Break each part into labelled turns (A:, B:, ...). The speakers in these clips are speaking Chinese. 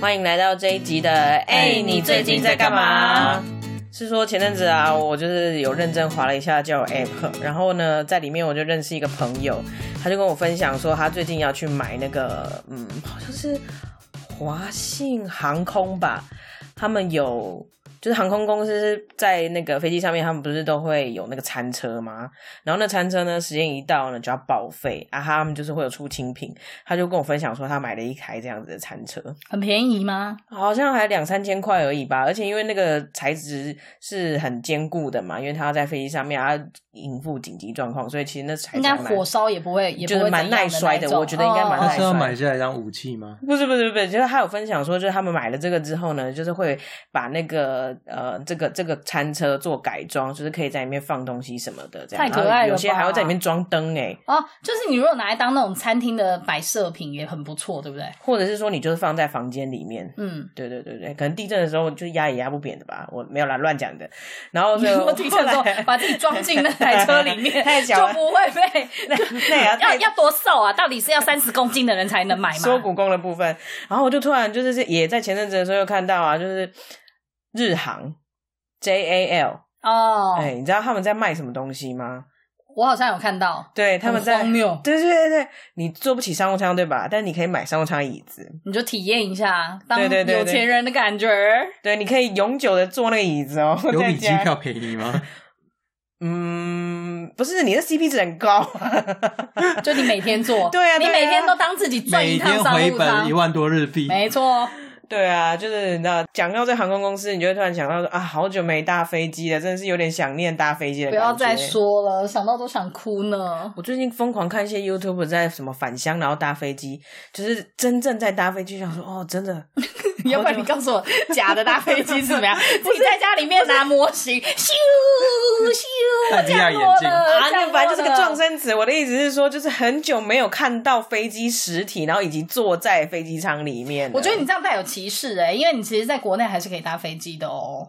A: 欢迎来到这一集的。哎、你最近在干嘛？是说前阵子啊，我就是有认真划了一下交友 app，然后呢，在里面我就认识一个朋友，他就跟我分享说，他最近要去买那个，嗯，好像是华信航空吧，他们有。就是航空公司是在那个飞机上面，他们不是都会有那个餐车吗？然后那餐车呢，时间一到呢就要报废啊，他们就是会有出清品。他就跟我分享说，他买了一台这样子的餐车，
B: 很便宜吗？
A: 好像还两三千块而已吧，而且因为那个材质是很坚固的嘛，因为它要在飞机上面，它要应付紧急状况，所以其实那材质
B: 应该
A: 蛮
B: 火烧也不会，也不
A: 就
B: 会
A: 是
B: 怎
A: 蛮
B: 样
A: 耐
B: 的
A: 摔的
B: 那种
A: 我觉得应该蛮
B: 哦
A: 耐
C: 他
A: 摔
C: 是要买下来当武 器吗？
A: 不是不是不是，就是他有分享说，就是他们买了这个之后呢，就是会把那个呃这个这个餐车做改装，就是可以在里面放东西什么的，这样。
B: 太可
A: 然后
B: 爱了
A: 有些还会
B: 吧
A: 在里面装灯哎，
B: 哦，就是你如果拿来当那种餐厅的摆设品也很不错，对不对？
A: 或者是说你就是放在房间里面。
B: 嗯，
A: 对对对对，可能地震的时候就压也压不扁的吧，我没有啦，乱讲的。然 后
B: 然
A: 就
B: 后提前说把自己装进那台车里 面，
A: 太
B: 就
A: 小了
B: 不会被
A: 那那也要
B: 要
A: 太
B: 要多瘦啊？到底是要三十公斤的人才能买
A: 说
B: 吗？
A: 股工的部分，然后我就突然就是也在前阵子的时候又看到啊，就是日航 JAL，
B: 哦
A: 哎、，你知道他们在卖什么东西吗？
B: 我好像有看到，
A: 对，他们在
B: 很荒谬
A: 对对对对，你坐不起商务舱对吧？但你可以买商务舱椅子，
B: 你就体验一下当
A: 对对对对
B: 有钱人的感觉。
A: 对，你可以永久的坐那个椅子 哦。
C: 有
A: 在
C: 比机
A: 家
C: 票便宜吗？
A: 嗯，不是，你的 CP 值很 高、
B: 就你每天做，
A: 对啊对啊
B: 你每天都当自己赚一
C: 每
B: 趟
C: 天
B: 商
C: 回
B: 务
C: 本一
B: 舱，
C: 万多日币，
B: 没错。
A: 对啊，就是你知道，讲到这航空公司，你就会突然想到说啊，好久没搭飞机了，真的是有点想念搭飞机的
B: 不
A: 感觉。
B: 要再说了，想到都想哭呢。
A: 我最近疯狂看一些 YouTube 在什么返乡，然后搭飞机，就是真正在搭飞机，想说哦，真的，
B: 要不然你告诉我，假的搭飞机是怎么 样？自己在家里面拿模型，咻 咻
C: 戴
B: 降
C: 眼
B: 落了，
C: 镜
A: 啊，那
B: 降
A: 反正
B: 落
A: 就是个
B: 了
A: 撞声词。我的意思是说，就是很久没有看到飞机实体，然后以及坐在飞机舱里面了。
B: 我觉得你这样带有歧视哎、因为你其实在国内还是可以搭飞机的哦。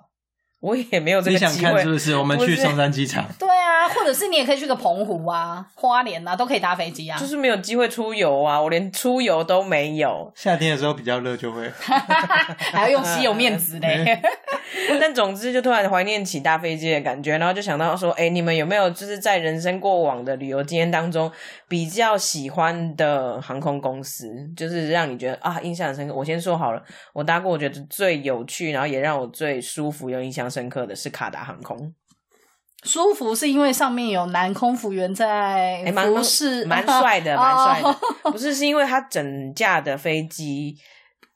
A: 我也没有这
C: 你
A: 个
C: 想
A: 机
C: 看
A: 会
C: 是。不是？我们
A: 不
C: 去
A: 是
C: 松山机场，。
B: 对啊，或者是你也可以去个澎湖啊、花莲啊，都可以搭飞机啊。
A: 就是没有机会出游啊！我连出游都没有
C: 夏天的时候比较热，就会
B: 还要用稀有面子
A: 哎
B: 欸嘞。
A: 但总之，就突然怀念起搭飞机的感觉，然后就想到说，哎、你们有没有就是在人生过往的旅游经验当中，比较喜欢的航空公司，就是让你觉得啊印象很深刻？我先说好了，我搭过我觉得最有趣，然后也让我最舒服又印象深刻的是卡达航空。
B: 舒服是因为上面有男空服员在
A: 哎，蛮
B: 服侍，
A: 蛮帅的，蛮帅
B: 哦
A: 的。不是，是因为它整架的飞机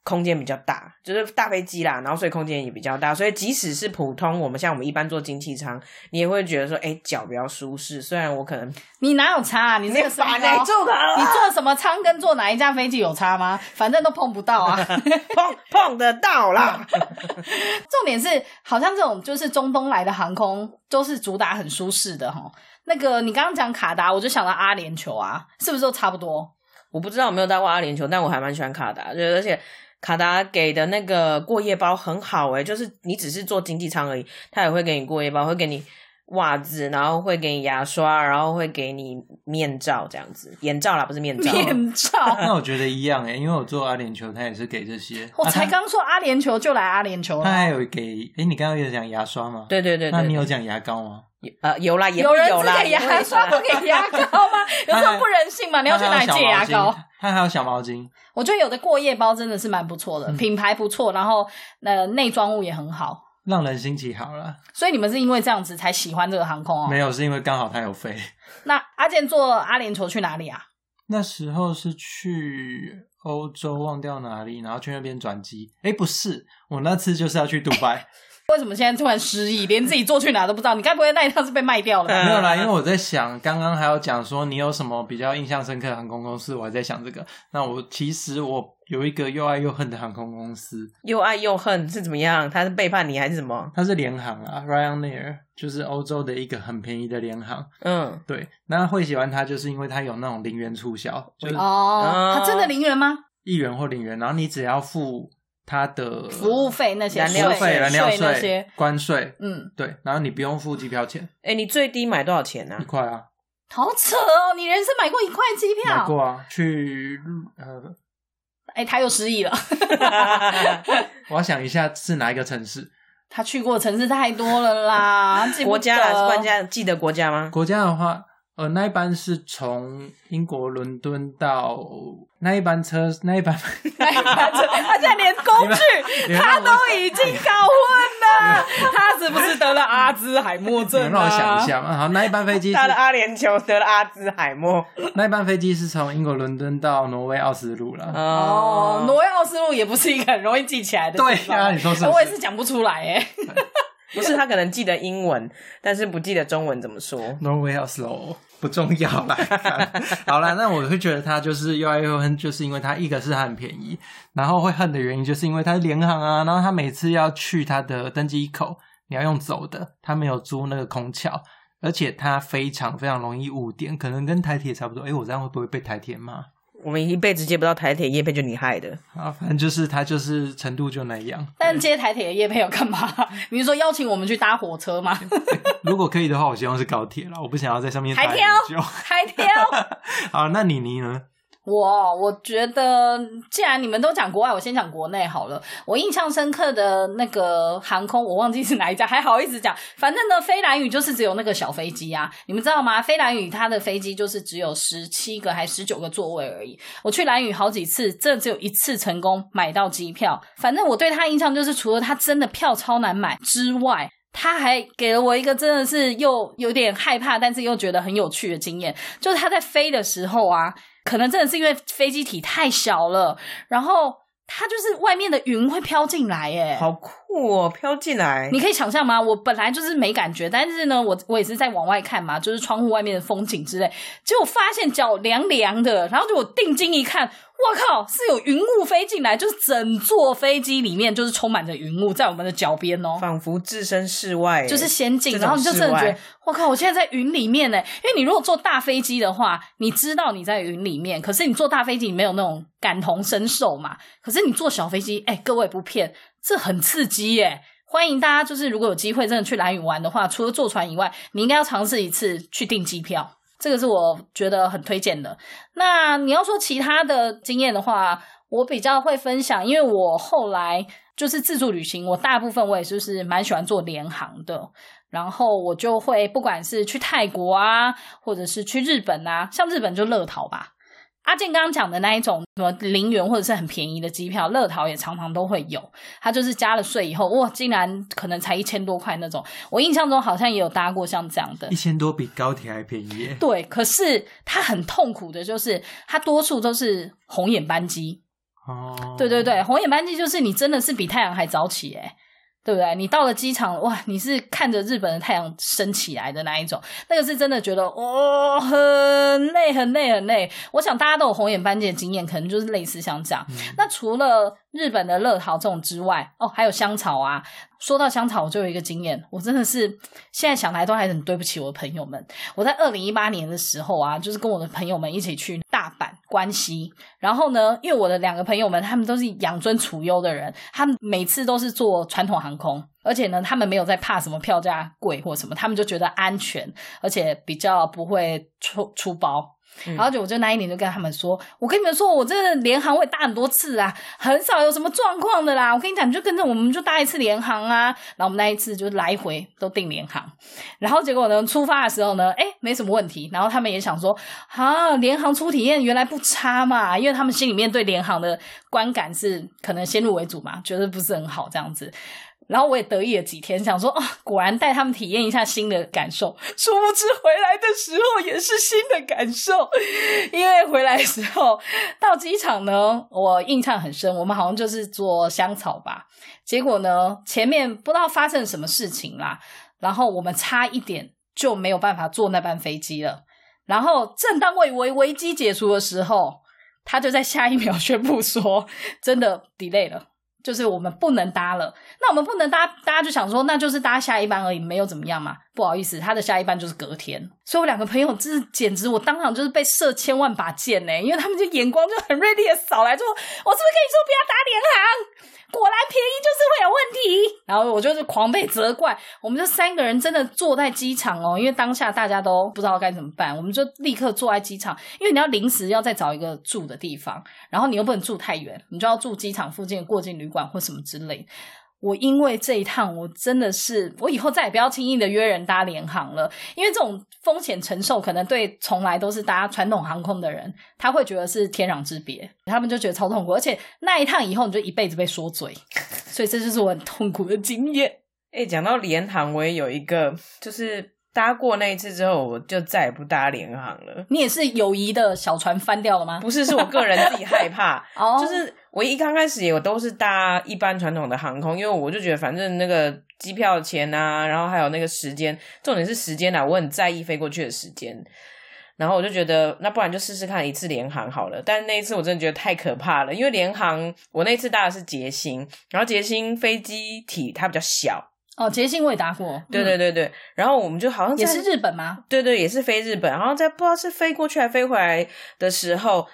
A: 空间比较大，就是大飞机啦，然后所以空间也比较大，所以即使是普通我们像我们一般坐经济舱，你也会觉得说，哎，脚比较舒适。虽然我可能
B: 你哪有差、啊？你这个身
A: 把
B: 高
A: 哪。 住
B: 你
A: 了，
B: 坐什么舱跟坐哪一架飞机有差吗？反正都碰不 到啊。
A: 碰碰得到啦。
B: 重点是，好像这种就是中东来的航空，都是主打很舒适的哈。那个你刚刚讲卡达，我就想到阿联酋啊，是不是都差不多？
A: 我不知道有没有搭过阿联酋，但我还蛮喜欢卡达，就是而且卡达给的那个过夜包很好诶、就是你只是坐经济舱而已，他也会给你过夜包，会给你袜子，然后会给你牙刷，然后会给你面罩这样子，眼罩啦，不是面罩。
B: 面罩，
C: 那我觉得一样哎、因为我做阿联酋，他也是给这些。
B: 我才
C: 啊
B: 刚说阿联酋就来阿联酋
C: 他他
B: 了，
C: 还有给哎、你刚刚有讲牙刷吗？
A: 对对对
C: 那你
A: 对，
C: 有讲牙膏吗？
A: 呃，有啦，也
B: 有人
A: 有
B: 只
A: 啦，
B: 给
A: 也会
B: 牙刷不
A: 啦
B: 给牙膏 吗？有这么不人性哦吗？你要去哪里
A: 哎
B: 借牙膏？
C: 他还有小毛巾？
B: 我觉得有的过夜包真的是蛮不错
A: 嗯
B: 的，品牌不错，然后呃内装物也很好。
C: 让人心情好了。
B: 所以你们是因为这样子才喜欢这个航空哦？
C: 没有，是因为刚好他有飞。
B: 那阿健坐阿联酋去哪里啊？
C: 那时候是去欧洲，忘掉哪里，然后去那边转机。哎、不是，我那次就是要去杜拜。
B: 为什么现在突然失忆，连自己坐去哪都不知道？你该不会那一趟是被卖掉了吧？
A: 嗯
C: 没有啦，因为我在想，刚刚还有讲说你有什么比较印象深刻的航空公司，我还在想这个。那我其实我有一个又爱又恨的航空公司，
A: 又爱又恨是怎么样？他是背叛你还是什么？
C: 它是联航啊，Ryanair，就是欧洲的一个很便宜的联航。
A: 嗯，
C: 对，那会喜欢它，就是因为它有那种零元促销，就是
B: 哦，
C: 啊
A: 哦
B: 他真的零元吗？
C: 一元或零元，然后你只要付它的
B: 服务费那些
A: 燃
C: 服
A: 料
C: 务
B: 税、
C: 费、燃料
B: 那些
C: 税、，关税，
B: 嗯，
C: 对，然后你不用付机票钱，
A: 哎，你最低买多少钱
C: 一
A: 呢？
C: 块啊，
B: 好扯哦！你人生买过一块机
C: 买
B: 票？
C: 过啊，去日呃
B: 哎、他又失忆了。
C: 我要想一下是哪一个城市。
B: 他去过的城市太多了啦，记不
A: 国家啦，
B: 得
A: 是国家，记得国家吗？
C: 国家的话，呃，那一班是从英国伦敦到那一班车， 那一班
B: 哎 他这他现在连工具
C: 你们
B: 他
C: 让我
B: 都已经搞混了，他是不是得了阿兹海默
C: 你
B: 症、啊？
C: 们让我想一，下嘛。好，那一班飞 机是
A: 他的阿联酋得了阿兹海默。
C: 那一班飞机是从英国伦敦到挪威奥斯陆了。
B: 哦，挪威奥斯陆也不是一个很容易记起来的地方。
C: 对呀、你说是不
B: 我也
C: 是？
B: 是讲不出来哎、
A: 不是他可能记得英文，但是不记得中文怎么说。
C: 挪威奥斯陆不重要啦。 看好啦，那我会觉得它就是又爱又恨，就是因为它一个是它很便宜，然后会恨的原因就是因为它是联航啊，然后它每次要去它的登机口，你要用走的，它没有租那个空桥。而且它非常非常容易误点，可能跟台铁差不多。诶、我这样会不会被台铁骂？
A: 我们一辈子接不到台铁业配，就你害的。
C: 啊，反正就是它就是程度就那样。
B: 但接台铁的夜配要干嘛？你是说邀请我们去搭火车 吗？
C: 如果可以的话，我希望是高铁啦，我不想要在上面
B: 还
C: 待很
B: 挑
C: 久。
B: 还挑
C: 好，那妮妮呢？
B: 我，我觉得既然你们都讲国外，我先讲国内好了。我印象深刻的那个航空，我忘记是哪一家，还好意思讲。反正呢，飞兰屿就是只有那个小飞机啊，你们知道吗？飞兰屿它的飞机就是只有十七个还十九个座位而已。我去兰屿好几次，真的只有一次成功买到机票。反正我对他印象就是，除了他真的票超难买之外。他还给了我一个真的是又有点害怕，但是又觉得很有趣的经验，就是他在飞的时候啊，可能真的是因为飞机体太小了，然后它就是外面的云会飘进来，耶。
A: 好酷哦，飘进来。
B: 你可以想象吗？我本来就是没感觉，但是呢，我我也是在往外看嘛，就是窗户外面的风景之类，结果发现脚凉凉的，然后就我定睛一看，我靠，是有云雾飞进来，就是整座飞机里面就是充满着云雾，在我们的脚边哦。
A: 仿佛置身事外，
B: 就是仙境，
A: 这种
B: 然后你就真的觉
A: 室
B: 得
A: 外，
B: 我靠，我现在在云里面呢。因为你如果坐大飞机的话，你知道你在云里面，可是你坐大飞机你没有那种感同身受嘛。可是你坐小飞机，哎、各位不骗，这很刺激耶。欢迎大家，就是如果有机会真的去蓝屿玩的话，除了坐船以外，你应该要尝试一次去订机票，这个是我觉得很推荐的。那你要说其他的经验的话，我比较会分享，因为我后来就是自助旅行，我大部分我也就是蛮喜欢做联航的。然后我就会不管是去泰国啊，或者是去日本啊，像日本就乐淘吧。阿健刚刚讲的那一种什么零元或者是很便宜的机票，乐淘也常常都会有。它就是加了税以后，哇，竟然可能才一千多块那种。我印象中好像也有搭过像这样的
C: 一，千多比高铁还便宜耶。
B: 对，可是它很痛苦的就是，它多数都是红眼班机。
C: 哦，
B: 对对，对，红眼班机就是你真的是比太阳还早起诶、对不对？你到了机场，哇，你是看着日本的太阳升起来的那一种，那个是真的觉得哦，很累，很累，很累。我想大家都有红眼班机的经验，可能就是类似像这样。那除了日本的乐桃这种之外，哦，还有香草啊。说到香草，我就有一个经验，我真的是现在想来都还很对不起我的朋友们。我在二零一八年的时候啊，就是跟我的朋友们一起去大阪关西，然后呢，因为我的两个朋友们，他们都是养尊处优的人，他们每次都是坐传统航空，而且呢，他们没有在怕什么票价贵或什么，他们就觉得安全，而且比较不会出出
A: 嗯
B: 包。然后就我就那一年就跟他们说，我跟你们说，我这联航我也搭很多次啦，很少有什么状况的啦。我跟你讲，你就跟着我们就搭一次联航啊。然后我们那一次就来回都订联航，然后结果呢，出发的时候呢，哎，没什么问题。然后他们也想说，啊，联航初体验原来不差嘛，因为他们心里面对联航的观感是可能先入为主嘛，觉得不是很好这样子。然后我也得意了几天，想说啊、果然带他们体验一下新的感受。殊不知回来的时候也是新的感受，因为回来的时候到机场呢，我印象很深，我们好像就是坐香草吧。结果呢，前面不知道发生什么事情啦，然后我们差一点就没有办法坐那班飞机了。然后正当为危危机解除的时候，他就在下一秒 宣布说，真的 delay 了。就是我们不能搭了，那我们不能搭，大家就想说，那就是搭下一班而已，没有怎么样嘛。不好意思，他的下一班就是隔天，所以我两个朋友就是简直，我当场就是被射千万把箭呢、因为他们就眼光就很锐利的扫来，就我是不是跟你说不要搭联航？果然便宜就是会有问题。然后我就是狂被责怪。我们这三个人真的坐在机场哦，因为当下大家都不知道该怎么办，我们就立刻坐在机场，因为你要临时要再找一个住的地方，然后你又不能住太远，你就要住机场附近的过境旅馆或什么之类。我因为这一趟，我真的是我以后再也不要轻易的约人搭联航了，因为这种风险承受可能对从来都是搭传统航空的人，他会觉得是天壤之别，他们就觉得超痛苦，而且那一趟以后你就一辈子被说嘴，所以这就是我很痛苦的经验。
A: 哎、讲到联航，我也有一个，就是搭过那一次之后，我就再也不搭联航了。
B: 你也是友谊的小船翻掉了吗？
A: 不是，是我个人自己害怕，
B: 哦
A: 就是我一刚开始也我都是搭一般传统的航空，因为我就觉得反正那个机票钱啊，然后还有那个时间，重点是时间啊，我很在意飞过去的时间。然后我就觉得，那不然就试试看一次联航好了。但那一次我真的觉得太可怕了，因为联航我那次搭的是捷星，然后捷星飞机体它比较小，
B: 哦，捷星我也搭过，
A: 对
B: 嗯
A: 对对对。然后我们就好像在
B: 也是日本吗？
A: 对对，也是飞日本，然后在不知道是飞过去还飞回来的时候，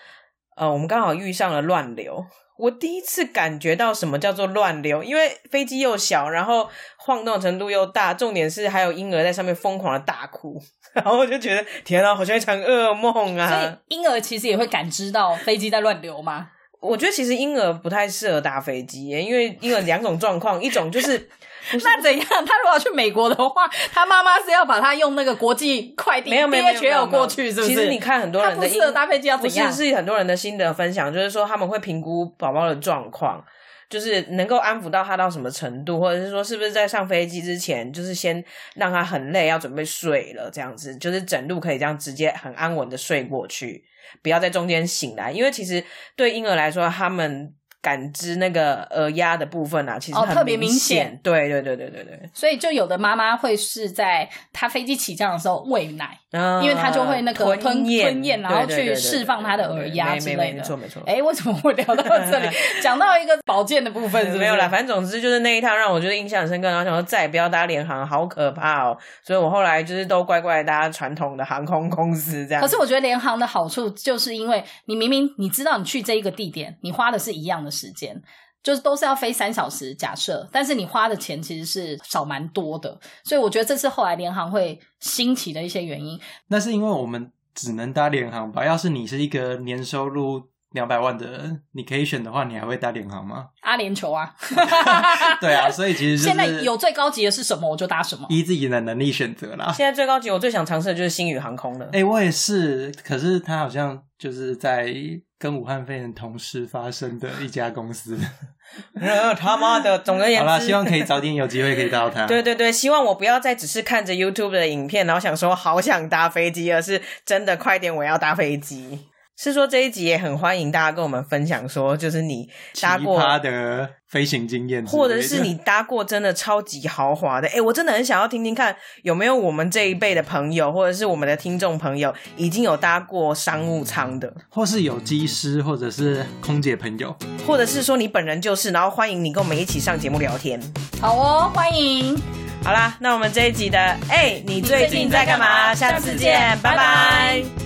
A: 呃，我们刚好遇上了乱流。我第一次感觉到什么叫做乱流，因为飞机又小，然后晃动程度又大，重点是还有婴儿在上面疯狂的大哭， 然后我就觉得天啊，好像一场噩梦
B: 所以
A: 啊！
B: 婴儿其实也会感知到飞机在乱流吗？
A: 我觉得其实婴儿不太适合搭飞机耶，因为婴儿两种状况，一种就是
B: 那怎样？他如果要去美国的话，他妈妈是要把他用那个国际快递
A: 没有没有没有
B: DHL
A: 没有
B: 过去，是不是？
A: 其实你看很多人的
B: 他不
A: 婴
B: 适合搭配机要
A: 不
B: 怎
A: 是
B: 样？
A: 是很多人的心得分享，就是说他们会评估宝宝的状况，就是能够安抚到他到什么程度，或者是说是不是在上飞机之前，就是先让他很累，要准备睡了，这样子就是整路可以这样直接很安稳的睡过去，不要在中间醒来，因为其实对婴儿来说，他们。感知那个耳压的部分啊，其实
B: 哦
A: 很
B: 特别明
A: 显。
B: 显
A: 对对对对对对，
B: 所以就有的妈妈会是在她飞机起降的时候喂奶，
A: 啊
B: 因为他就会那个吞
A: 咽
B: 吞咽然后
A: 对对对
B: 去
A: 对
B: 释放他的耳压
A: 没
B: 之类
A: 没
B: 的
A: 没错没错。
B: 哎、为什么会聊到这 里？讲到一个保健的部分是不是，
A: 没有啦，。反正总之就是那一趟让我觉得印象很深刻，然后想说哦再也不要搭联航，好可怕哦。所以我后来就是都乖乖地搭传统的航空公司这样。
B: 可是我觉得联航的好处，就是因为你明明你知道你去这一个地点，你花的是一样的时间，就是都是要飞三小时，假设，但是你花的钱其实是少蛮多的，所以我觉得这是后来联航会兴起的一些原 因。
C: 那是因为我们只能搭联航吧？要是你是一个年收入两百万的人，你可以选的话，你还会搭联航吗？
B: 阿联酋啊，
C: 对啊，所以其实 就是
B: 现在有最高级的是什么，我就搭什么。
C: 依自己的能力选择啦。
A: 现在最高级，我最想尝试的就是星宇航空了。
C: 哎、我也是，可是他好像就是在跟武汉肺炎同时发生的一家公 司。
A: 呃他妈的，总而言
C: 好
A: 之，
C: 啦，希望可以早点有机会可以搭到 他。
A: 对对对，希望我不要再只是看着 YouTube 的影片，然后想说好想搭飞机，而是真的快点我要搭飞机。是说这一集也很欢迎大家跟我们分享说，就是你
C: 奇
A: 搭过
C: 葩的飞行经验之类的，
A: 或者是 你搭过真的超级豪华的，哎、我真的很想要听听看有没有我们这一辈的朋友，或者是我们的听众朋友已经有搭过商务舱的，
C: 或是有机师或者是空姐朋友，
A: 或者是说你本人就是，然后欢迎你跟我们一起上节目聊天。
B: 好哦，欢迎，
A: 好啦，那我们这一集的，哎、你最近在干嘛？下次见，拜拜